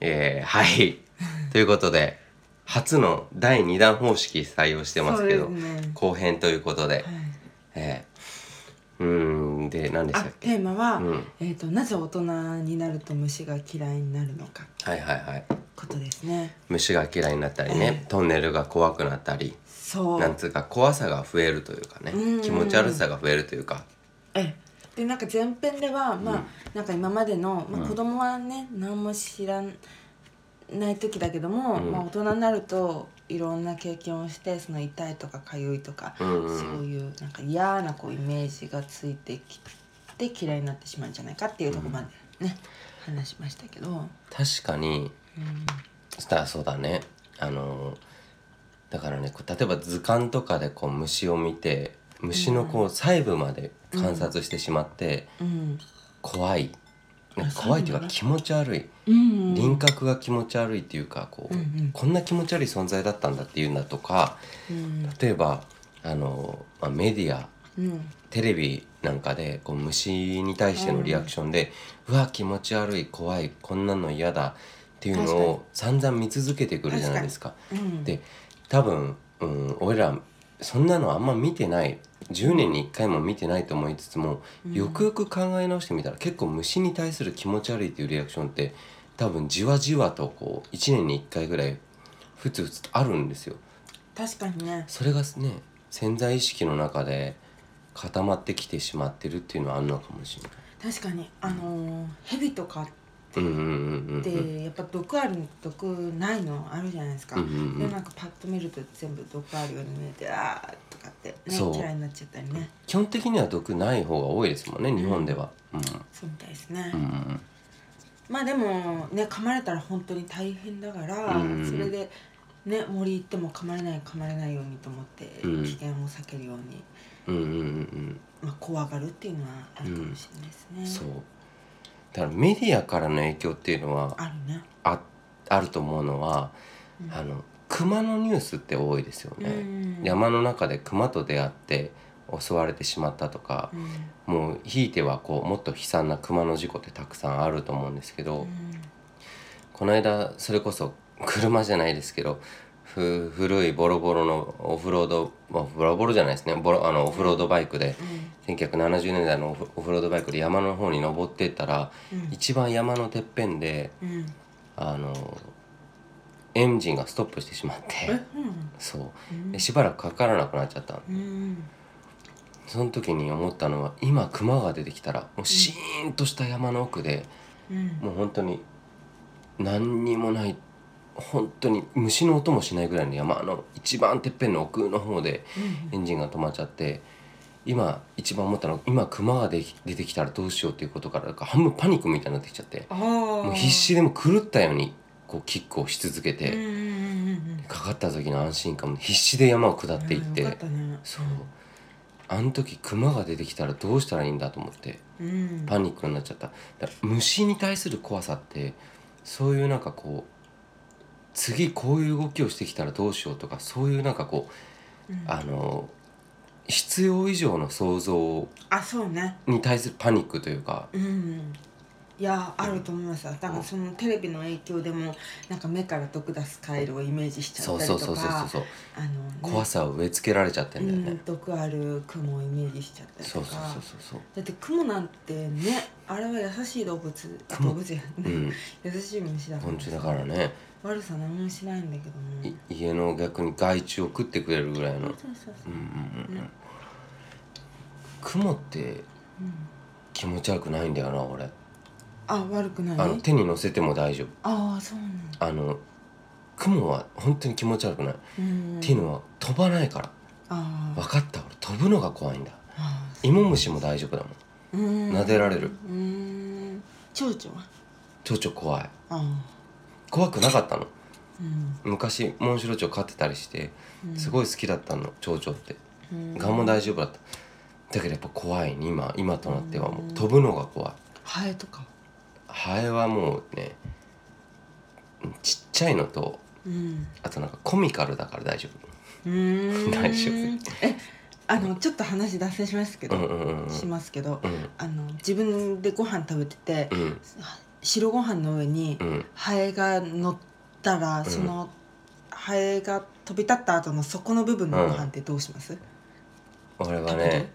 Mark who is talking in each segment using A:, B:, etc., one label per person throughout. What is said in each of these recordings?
A: えー、 はい。ということで、初の第2弾方式採用してますけど、
B: そうですね
A: 後編ということで、
B: はい
A: えー、うーん、で、何でし
B: あ
A: たっけ
B: テーマは、
A: うん
B: えーと「なぜ大人になると虫が嫌いになるのか
A: はいはいはい。」
B: ことですね
A: 虫が嫌いになったりね、
B: え
A: トンネルが怖くなったり、
B: そう
A: なんつうか怖さが増えるというかね
B: うん、
A: 気持ち悪さが増えるというか、
B: ええでなんか前編では、まあなんか今までの、まあ、子供はね、何も知らない時だけども、
A: うん
B: まあ、大人になるといろんな経験をしてその痛いとか痒いとか、
A: うんうんうん
B: そういうなんか嫌なこうイメージがついてきて嫌いになってしまうんじゃないかっていうところまでね、話しましたけど、うん
A: 確かに、だそうだねあのーだからねこう例えば図鑑とかでこう虫を見て虫のこう細部まで観察してしまって、
B: うん
A: 怖いなんか
B: あ
A: 怖いっていう
B: そうな
A: か
B: んだ
A: 気持ち悪い、
B: うん
A: 輪郭が気持ち悪いっていうかこう、
B: うんうん
A: こんな気持ち悪い存在だったんだっていうんだとか
B: うん
A: 例えばあのー、まあ、メディア
B: うん
A: テレビなんかでこう虫に対してのリアクションで、うわ気持ち悪い怖いこんなの嫌だっていうのを散々見続けてくるじゃないですか。
B: うん
A: で多分、うん、俺らそんなのあんま見てない10年に1回も見てないと思いつつもよくよく考え直してみたら結構虫に対する気持ち悪いっていうリアクションって多分じわじわとこう1年に1回ぐらいふつふつとあるんですよ。
B: 確かにね
A: それがね潜在意識の中で固まってきてしまってるっていうのはあるのかもしれない。
B: 確かにあのー蛇とか
A: うんうんうんうんうん
B: ってやっぱ毒あるの毒ないのあるじゃないですか、
A: うんうんう
B: で
A: ん
B: なんかパッと見ると全部毒あるように見えてあーとかって、ね、
A: そう
B: 嫌いになっちゃったりね
A: 基本的には毒ない方が多いですもんね日本では。うん
B: そうみたいですね、
A: うんうん
B: まあでもね噛まれたら本当に大変だから、
A: うんうん
B: それでね森行っても噛まれない噛まれないようにと思って
A: うん
B: 危険を避けるように、
A: うんうんうん
B: まあ、怖がるっていうのはあるかもしれないですね、
A: うんそうだからメディアからの影響っていうのは
B: あるね
A: ああると思うのは、あの熊のニュースって多いですよね。
B: うん
A: 山の中で熊と出会って襲われてしまったとか、
B: うん
A: もうひいてはこうもっと悲惨な熊の事故ってたくさんあると思うんですけど、この間それこそ車じゃないですけどふ古いボロボロのオフロード、まあ、ボロボロじゃないですねボロあのオフロードバイクで、1970年代のオフオフロードバイクで山の方に登ってったら、
B: うん
A: 一番山のてっぺんで
B: うんうん
A: あのエンジンがストップしてしまって
B: えうん
A: そうでしばらくかからなくなっちゃったの
B: うん
A: その時に思ったのは今熊が出てきたらもうシーンとした山の奥で、
B: うん
A: もう本当に何にもない本当に虫の音もしないぐらいの山の一番てっぺんの奥の方でエンジンが止まっちゃって今一番思ったのは今熊ができ出てきたらどうしようっていうことからなんか半分パニックみたいになってきちゃって
B: ああ
A: も
B: も
A: う必死でも狂ったようにこうキックをし続け
B: うん
A: て
B: うんうんうん
A: かかった時の安心感も必死で山を下っていっ
B: うんよか
A: て
B: たね
A: そうあの時熊が出てきたらどうしたらいいんだと思って。
B: うん
A: パニックになっちゃっただから虫に対する怖さってそういうなんかこう次こういう動きをしてきたらどうしようとかそういうなんかこう、
B: うん
A: あの必要以上の想像
B: あそうね
A: に対するパニックというか
B: うんいやあると思いますだからそのテレビの影響でもなんか目から毒出すカエルをイメージしちゃ
A: そ
B: っ
A: う
B: たり
A: そ
B: と
A: うそうそう
B: か
A: そう
B: あのね
A: 怖さを植え付けられちゃってんだよね、
B: うん毒ある雲をイメージしちゃったりと
A: そうそう
B: か
A: そうそうそう
B: だって雲なんてねあれは優しい動物動物や
A: う
B: ね
A: ん
B: 優しい虫だ
A: 昆虫だからね
B: 悪さ何もしないんだけども
A: い家の逆に害虫を食ってくれるぐらい
B: そう
A: の
B: そうそう
A: うんうんうんう
B: ね
A: ん雲って
B: うん
A: 気持ち悪くないんだよな俺
B: あ悪くない
A: あの手に乗せても大丈夫
B: ああそうなんだ
A: あの雲は本当に気持ち悪くない、
B: うん
A: っていうのは飛ばないから
B: あ
A: 分かった俺飛ぶのが怖いんだ
B: ーあ
A: イモムシも大丈夫だもん
B: ーうん
A: 撫でられる
B: うん蝶々は
A: 蝶々怖い
B: あ
A: 怖くなかったの
B: あうん
A: 昔モンシロチョウ飼ってたりしてすごい好きだったの蝶々って
B: うん
A: ガも大丈夫だっただけどやっぱ怖いね今今となってはもう飛ぶのが怖い
B: ハエとか
A: ハエはもうねちっちゃいのと
B: うん
A: あとなんかコミカルだから大丈
B: うーん
A: 大丈夫
B: えあのちょっと話脱線しますけ
A: 夫うん
B: ど
A: うんうん
B: しますけど
A: うん
B: あの自分でご飯食べてて
A: うん
B: あ白ご飯の上に
A: うん
B: ハエが乗ったら、そのハエが飛び立った後の底の部分のご飯ってどうします、
A: 俺は
B: 食べる
A: ね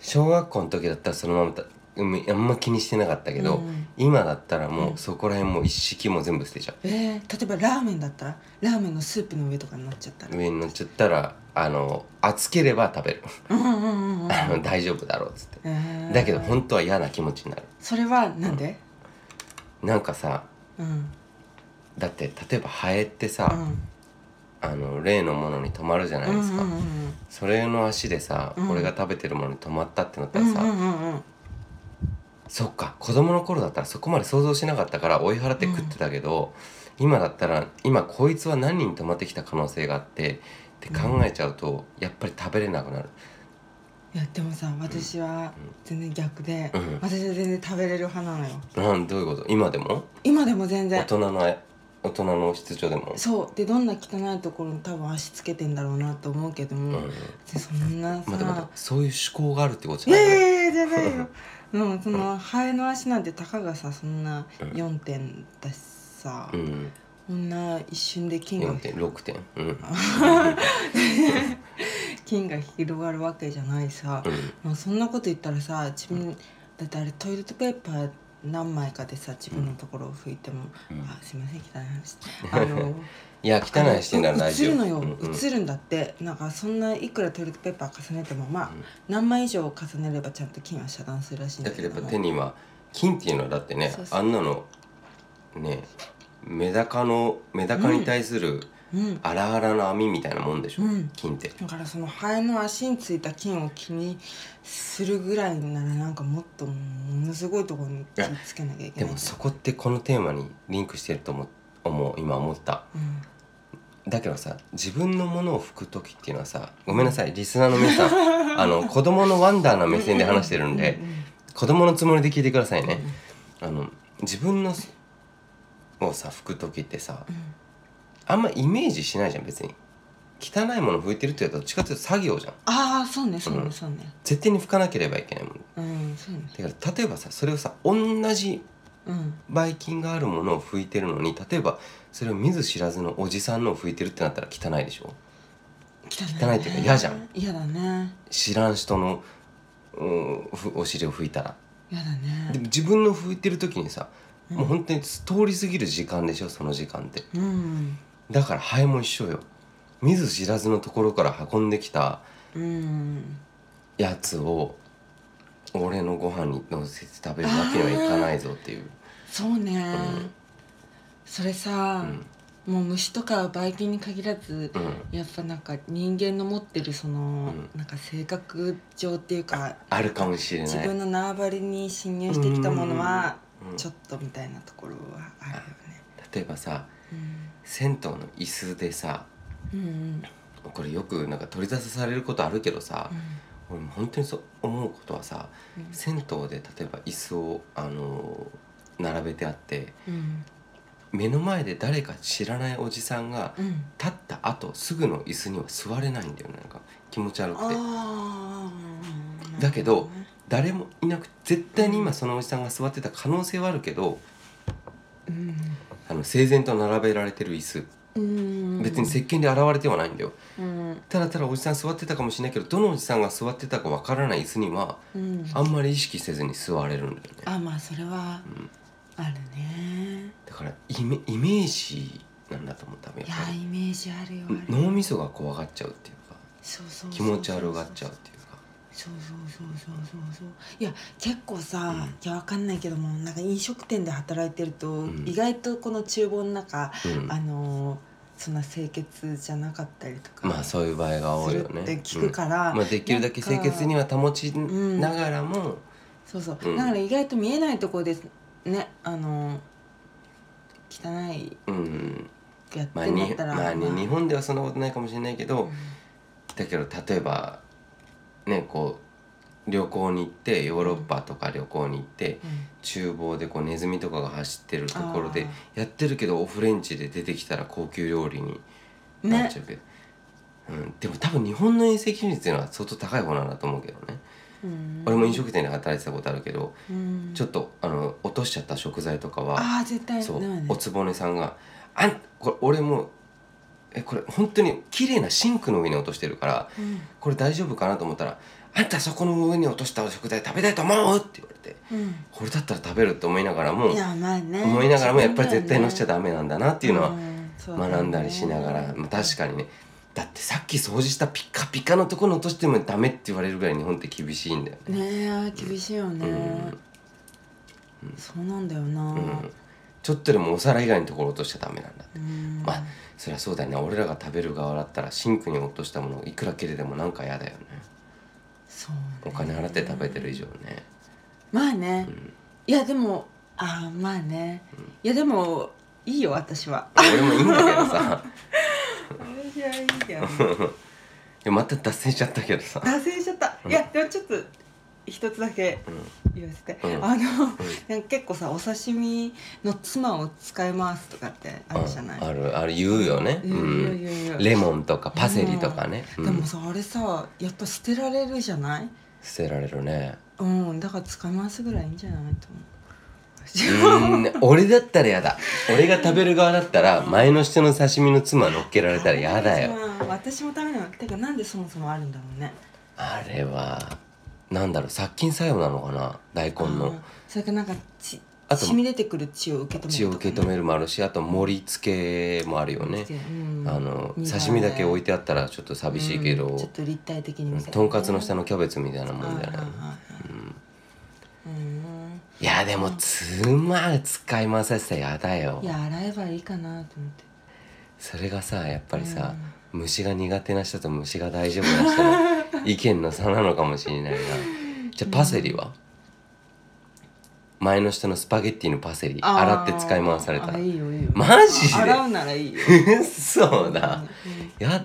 A: 小学校の時だったらそのままたうんあんま気にしてなかったけど、
B: うん
A: 今だったらも
B: うん
A: うそこら辺もう一式も全部捨てちゃ
B: えー例えばラーメンだったらラーメンのスープの上とかになっちゃった
A: う
B: ら
A: 上に乗っちゃったらあの熱ければ食べる
B: うんうんうんうん
A: あの大丈夫だろうっつって
B: えー
A: だけど本当は嫌な気持ちになる
B: それはなんで
A: なんかさ
B: うん
A: だって例えばハエって
B: う
A: さ、
B: ん
A: あの例のものに止まるじゃない
B: うんう
A: で
B: ん
A: すか、
B: うん
A: それの足でさ、
B: うん
A: 俺が食べてるものに止まったってなった
B: う
A: ら
B: ん
A: さ、
B: うんうんうん
A: そっか子供の頃だったらそこまで想像しなかったから追い払って食ってたけど、今だったら今こいつは何人泊まってきた可能性があってって考えちゃうと、やっぱり食べれなくなる
B: いやでもさ私は全然逆で、
A: うん
B: 私は全然食べれる派なのよ
A: なんどういうこと今でも
B: 今でも全
A: 大
B: 然
A: 人の大人の室長でも
B: そうでどんな汚いところに多分足つけてんだろうなと思うけども、
A: うん
B: でそんなさ
A: 待って待ってそういう思考があるってことじ
B: い
A: ゃな
B: や
A: い
B: い
A: よね
B: やいやじゃな いようんそのハエの足なんてたかがさそんな4点だしさ、
A: うん
B: こんな一瞬で菌が
A: 4点6点うんう ん
B: 菌が広がるわけじゃないさ、まあ、そんなこと言ったらさ自分、だってあれトイレットペーパー何枚かでさ自分のところを拭いても、あすいません汚い 話あの
A: いや汚いしてんなら大丈夫
B: 映るの
A: う
B: よ、
A: んうん
B: 映るんだってなんかそんないくらトイレットペーパー重ねてもまあ、何枚以上重ねればちゃんと菌は遮断するらしいんだ
A: だけ
B: け
A: ど
B: ど
A: やっ
B: も
A: ぱ手には金っていうのはだってね
B: そうそう
A: あんなのねメダカのメダカに対する
B: うん
A: 荒々の網みたいなもんでしょ、
B: うん
A: 金って
B: だからそのハエの足についた菌を気にするぐらいならなんかもっとものすごいところに気をつけなきゃいけ
A: で
B: ない
A: もそこってこのテーマにリンクしてると思う思う今思った
B: うん
A: だけどさ自分のものを拭く時っていうのはさごめんなさいリスナーの皆さ んあの子供のワンダーな目線で話してるんで子供のつもりで聞いてくださいねあの自分のをさ拭く時ってさ
B: ん
A: あんまイメージしないじゃん別に汚いもの拭いてるってどっちかっていうと作業じゃん
B: ああそうねそうねそうね
A: 絶対に拭かなければいけないもん
B: うんそうね
A: だから例えばさそれをさ同じ
B: うん
A: ばい菌があるものを拭いてるのに例えばそれを見ず知らずのおじさんのを拭いてるってなったら汚いでしょ
B: 汚
A: 汚いっていうか嫌じゃん
B: 嫌だね
A: 知らん人の、うん、ふお尻を拭いたら
B: 嫌だ
A: で
B: ね
A: も自分の拭いてる時にさもう本当に通り過ぎる時間でしょその時間って
B: うん
A: だからハエも一緒よ見ず知らずのところから運んできた
B: うん
A: やつを俺のご飯に乗せて食べるわけにはいかないぞっていう
B: そうねそれさもう虫とかばい菌に限らず
A: うん
B: やっぱなんか人間の持ってるその
A: うん
B: なんか性格上っていうか
A: あるかもしれ
B: 自
A: ない
B: 分の縄張りに侵入してきたものは
A: うん
B: ちょっとみたいなところはあるよね
A: 例えばさ銭湯の椅子でさ
B: うんうん
A: これよくなんか取り出さされることあるけどさ、俺本当にそう思うことはさ、
B: うん
A: 銭湯で例えば椅子を、あのー並べてあって
B: うん
A: 目の前で誰か知らないおじさんが
B: うん
A: 立った後すぐの椅子には座れないんだよねなんか気持ち悪くて
B: ああ
A: だけど誰もいなく絶対に今そのおじさんが座ってた可能性はあるけど
B: うん
A: あの整然と並べられてる椅子
B: うん
A: 別に石鹸で現れてはないんだよ
B: うん
A: ただただおじさん座ってたかもしれないけどどのおじさんが座ってたかわからない椅子には
B: うん
A: あんまり意識せずに座れるんだよね
B: あまあそれはあるね
A: だからイメイメージなんだと思う多分
B: い
A: や
B: や
A: っぱり
B: イメージあるよある
A: 脳みそが怖がっちゃうっていうか
B: そうそうそう
A: 気持ち悪がっちゃうっていうか
B: そうそうそうそうそうそういや結構さ、いやわかんないけどもなんか飲食店で働いてると、
A: ん
B: 意外とこの厨房の中、
A: うん
B: あのーそんな清潔じゃなかったりとか
A: まあそういう場合が多いよね
B: するって聞くから
A: うんまあ、できるだけ清潔には保ち
B: ん
A: ながらも、
B: そうそう、
A: うん
B: だから意外と見えないところでねあのー汚い
A: うん
B: やって
A: まあ
B: んだ
A: に
B: ったら、
A: まあね
B: まあ
A: 日本ではそんなことないかもしれないけど、
B: うん
A: だけど例えばねこう旅行に行ってヨーロッパとか旅行に行って、厨房でこうネズミとかが走ってるところで
B: あ
A: やってるけどおフレンチで出てきたら高級料理に
B: ね
A: なっちゃうけど、うん、でも多分日本の衛生基準っていうのは相当高い方なんだと思うけどね
B: うん
A: 俺も飲食店で働いてたことあるけど
B: うん
A: ちょっとあの落としちゃった食材とかは
B: ああ絶対ない
A: そう
B: ね
A: おつぼねさんが「あんこれ俺もうえこれ本当に綺麗なシンクの上に落としてるから
B: うん
A: これ大丈夫かな?」と思ったら「あんたそこの上に落とした食材食べたいと思う!」って言われて
B: うん
A: これだったら食べるって思いながらも
B: いやまあね
A: 思いながらもやっぱり絶対の
B: 乗
A: しちゃダメなんだなってていうのは
B: は
A: 学んだりしながら、まあ、確かにねだってさっき掃除したピッカピカのところに落としてもダメって言われるぐらい日本って厳しいんだよね。
B: ねえ厳しいよね、そうなんだよな、う
A: うんん、ちょっとでもお皿以外のところ落としちゃダメなんだまあそりゃそうだよね俺らが食べる側だったらシンクに落としたものいくら切れてもなんか嫌だよね
B: そうね
A: お金払って食べてる以上ね
B: まあね、
A: ん
B: いやでもあーまあね、いやでもいいよ私は
A: 俺もいいんだけどさ
B: 私はいいけど
A: いやまた脱線しちゃったけどさ
B: 脱線しちゃったいやでもちょっと一つだけ言わせて、
A: うん
B: あの、なんか結構さお刺身の妻を使いますとかって あるじゃない、
A: ああるある言うよね、
B: 言う
A: うん
B: 言う言う言う
A: レモンとかパセリとかね、
B: で
A: うん
B: もさあれさやっぱ捨てられるじゃない
A: 捨てられるね
B: うんだから使い回すぐらいいいんじゃないと
A: う
B: 思う
A: ーん俺だったらやだ俺が食べる側だったら前の人の刺身の妻乗っけられたらやだよ
B: うん 私もダメなのてかなんでそもそもあるんだろうね
A: あれはなんだろう殺菌作用なのかな大根
B: あー
A: の
B: それかなんか血
A: あと
B: 染み出てくる血を受け止める
A: 血を受け止めるもあるしあと盛り付けもあるよね
B: うん
A: あの
B: 苦い
A: 刺身だけ置いてあったらちょっと寂しいけ
B: うん
A: ど
B: ちょっと立体的に見せて
A: とんかつの下のキャベツみたいなもんじゃない
B: はいはいはいうん
A: いやでも妻使い回させたらやだよ
B: いや洗えばいいかなと思って
A: それがさやっぱりさ、虫が苦手な人と虫が大丈夫な人の意見の差なのかもしれないなじゃあパセリは、前の人のスパゲッティのパセリ
B: あー
A: 洗って使い回された
B: あいいよいいよ
A: マジで
B: 洗うならいいよ
A: そうだや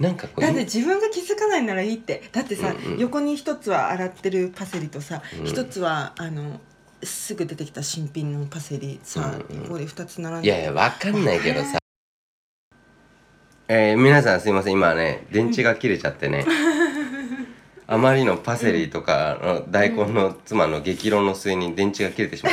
A: なんかこう
B: だって自分が気づかないならいいってだってさ、
A: うんうん
B: 横に一つは洗ってるパセリとさ
A: うん
B: 一、つはあのすぐ出てきた新品のパセリさ、
A: うんうん
B: ここで二つ並ん
A: い
B: で
A: やいやわかんないけどさえー、皆さんすいません今ね電池が切れちゃって ねあまりのパセリとかあの大根の妻の激論の末に電池が切れてしま っ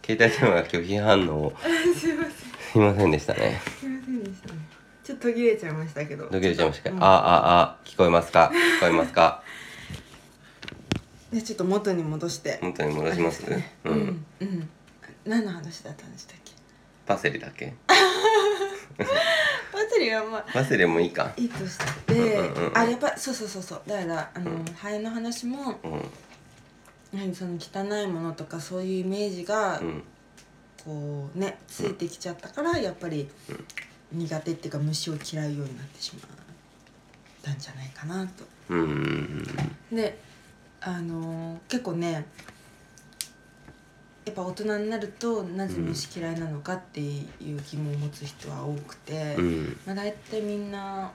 A: て携帯電話が拒否反応を
B: すいません
A: すいませんでしたね
B: すいませんでしたねちょっと途切れちゃいましたけど
A: 途切れちゃいましたけど、
B: うん
A: あああ聞こえます か聞こえますか
B: でちょっと元に戻して
A: 本当に戻します
B: あれでね
A: う、
B: うんん、うん、何の話だったんでしたっけ
A: パセリだけ
B: パセリはまあ
A: パセリもいいか
B: いいとして、
A: うんうんうん
B: あやっぱそうそうそうそうだからあの、ハエの話も
A: うん
B: 何その汚いものとかそういうイメージが
A: うん
B: こうねついてきちゃったからやっぱり苦手っていうか虫を嫌うようになってしまったんじゃないかなと。
A: うんうん
B: であのー結構ねやっぱ大人になるとなぜ虫嫌いなのかっていう疑問を持つ人は多くて、
A: うんうん
B: まあ、大体みんな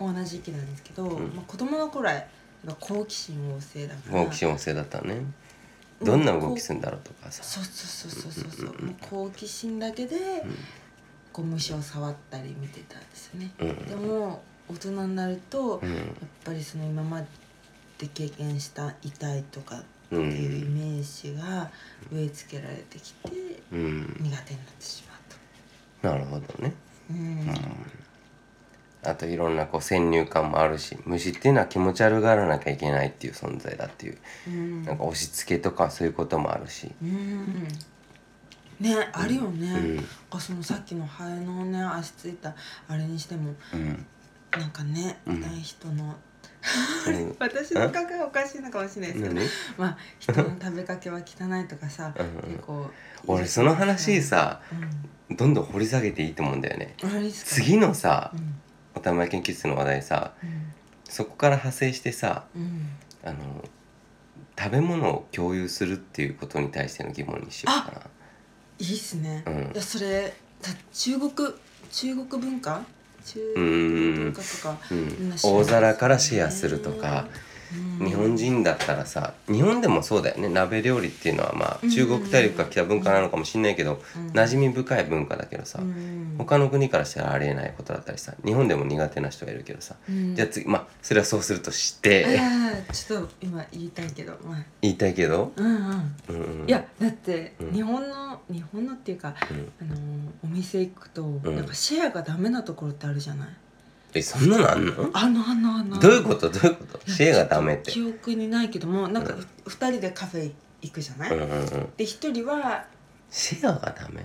B: 同じ意見なんですけど、
A: ん
B: まあ、子供の頃はやっぱ好奇心旺盛だから
A: 好奇心旺盛だったねどんな動きするんだろうとかさ
B: そうそうそうそうそうそうもう好奇心だけで、こう虫を触ったり見てたんですよね、
A: うん
B: でも大人になると、
A: う
B: やっ
A: ん
B: ぱりその今まで経験した痛いとかって
A: う
B: いうんイメージが植え付けられてきて苦
A: うん
B: 手になってしま
A: な
B: うと、
A: るほどね
B: うん
A: あといろんなこう先入観もあるし虫っていうのは気持ち悪がらなきゃいけないっていう存在だっていう
B: うん
A: なんか押し付けとかそういうこともあるし
B: うんねあるよね、
A: うん
B: なんかそのさっきのハエのね足ついたあれにしても
A: うん
B: なんかね、
A: うん
B: ない人の
A: うん
B: 私の考えはおかしいのかもしれないですけど、
A: 何
B: まあ人の食べかけは汚いとかさ
A: うんうん
B: でこう
A: 俺その話、さ
B: うん、
A: どんどん掘り下げていいと思うんだよね
B: あれですか
A: 次のさ
B: うん
A: おたま研究室の話題さ
B: うん
A: そこから派生してさ
B: うん、
A: あの食べ物を共有するっていうことに対しての疑問にしようかない
B: いっすね、
A: うん
B: いやそれだ中国中国文化中
A: うーん
B: 国文化とか
A: う
B: みん
A: ん
B: な、知らない
A: 大皿からシェアするとか
B: うん
A: 日本人だったらさ日本でもそうだよね鍋料理っていうのはま
B: う
A: あ
B: ん
A: 中国大陸から来た文化なのかもしんないけど、
B: うん
A: 馴染み深い文化だけどさ、
B: うん
A: 他の国からしたらありえないことだったりさ日本でも苦手な人がいるけどさ、
B: うん
A: じゃあ次まあそれはそうするとして、
B: あーちょっと今言いたいけど、まあ、
A: 言いたいけど、
B: うんうん
A: うんうん
B: いやだって
A: うん
B: 日本の、日本のっていうか、
A: うん
B: あのーお店行くと、
A: ん
B: なんかシェアがダメなところってあるじゃない
A: えそんなのあんの
B: あのあのあの
A: どういうことどういうことシェアがダメって
B: 記憶にないけどもなんか
A: う
B: 2人でカフェ行くじゃない、
A: うんうんうん
B: で1人は
A: シェアがダメ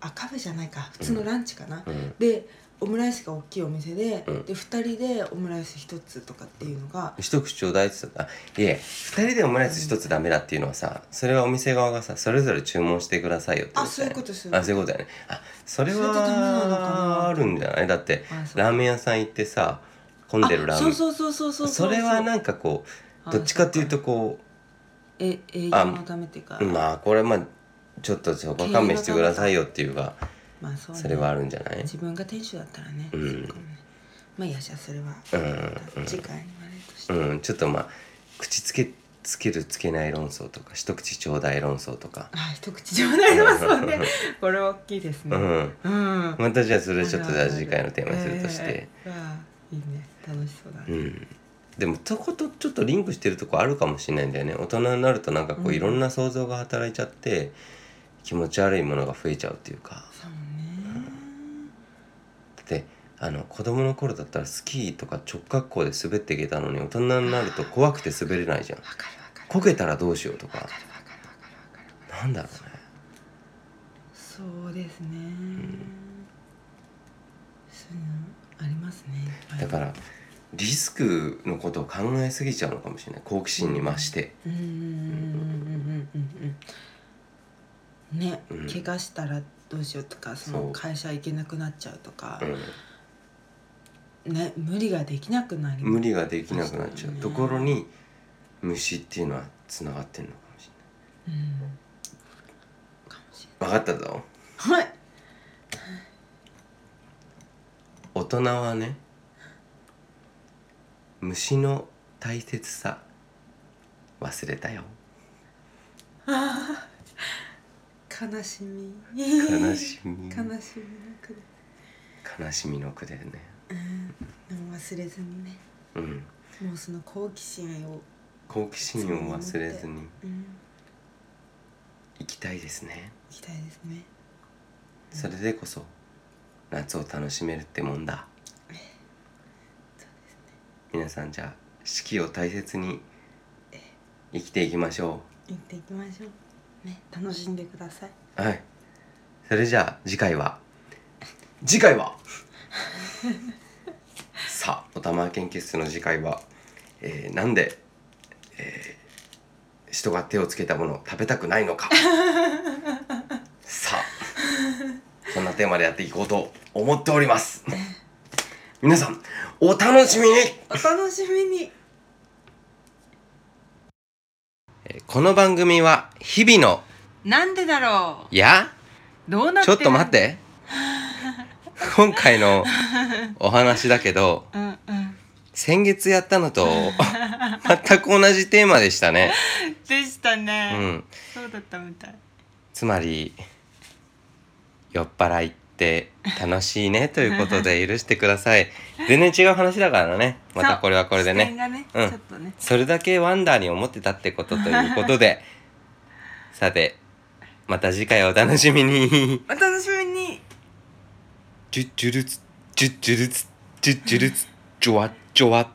B: あカフェじゃないか普通のランチかな、
A: うんうん
B: でオムライスが大きいお店で,、
A: うん
B: で2人でオムライス1つとかっていうのが、
A: 一口ちょうだいっつったあいえ二人でオムライス一つダメだっていうのはさそれはお店側がさそれぞれ注文してくださいよって
B: あそういうことそういうこと
A: あそういうことだよねあそれ
B: それってダメなのかな
A: はあるんじゃないだって
B: あそう
A: ラーメン屋さん行ってさ混んでるラーメン
B: あそうそうそうそううう
A: それはなんかこうどっちかっていうとこ
B: え営業のためっていうか
A: うまあこれまあちょっとそこは勘弁してくださいよっていうが
B: まあそうね
A: それはあるんじゃない
B: 自分が店主だったらね、
A: うん
B: そうかもねまあいやじゃあそれは、
A: うんうん
B: 次回にあれとして、
A: うんちょっとまあ口つけつけるつけない論争とか一口ちょうだい論争とか
B: あ一口じゃないますもんねこれは大きいです
A: う
B: ね
A: ん
B: うん、
A: またじゃあそれちょっとじゃあ次回のテーマにするとし
B: え
A: て、
B: えええわあいいね楽しそうだね、
A: うん、でもそことちょっとリンクしてるとこあるかもしれないんだよね大人になるとなんかこ
B: うん
A: ういろんな想像が働いちゃって気持ち悪いものが増えちゃうっていうか
B: そうね
A: だってあの子供の頃だったらスキーとか直角行で滑っていけたのに大人になると怖くて滑れないじゃん
B: わかるわかる
A: こけたらどうしようとか
B: わかるわかるわかるわかるわか
A: なん
B: る
A: だろうね
B: そうですね、そういうのありますねいっぱい
A: だからリスクのことを考えすぎちゃうのかもしれない好奇心に増して
B: うんうんうんうんうんうんね、
A: うん
B: 怪我したらどうしようとかそ
A: そ
B: の
A: う
B: 会社行けなくなっちゃうとか
A: う、ん
B: ね、無理ができなくなり
A: 無理ができなくなっちゃう
B: そうだね
A: ところに虫っていうのはつながってんのかもし
B: うんかもし
A: れない分かったぞ
B: れないはい
A: 大人はね虫の大切さ忘れたよ
B: あー悲しみ
A: 悲しみ
B: 悲しみの句で
A: 悲しみの句だよね
B: うんでも忘れずにね
A: うん
B: もうその好奇心を、
A: 好奇心を忘れずに
B: うん、
A: 行きたいですね
B: いきたいですね
A: それでこそ夏を楽しめるってもんだ
B: そうですね
A: 皆さんじゃあ四季を大切に生きていきましょ
B: 行っていきましょうね楽しんでくださいう
A: はいそれじゃあ次回は次回 はさあおたま研究室の次回は、えーなんで、えー人が手をつけたものを食べたくない のかさあそんなテーマでやっていこうと思っております皆さんお楽しみに
B: お楽しみに
A: えーこの番組は日々の
B: なんでだろ
A: いや
B: うどうなって
A: ちょっと待って今回のお話だけど
B: うんうん
A: 先月やったのと全く同じテーマでしたね、
B: でした
A: う
B: ね、
A: ん、
B: そうだったみたい
A: つまり酔っ払いって楽しいねということで許してください全然違う話だからねまたこれはこれで
B: 視点
A: ね
B: がね、
A: うん
B: ちょっとね
A: それだけワンダーに思ってたってことということでさてまた次回お楽しみに
B: お楽しみに
A: ジュッジュルツジュッジュルツジュッジュルツジョワッジョワッ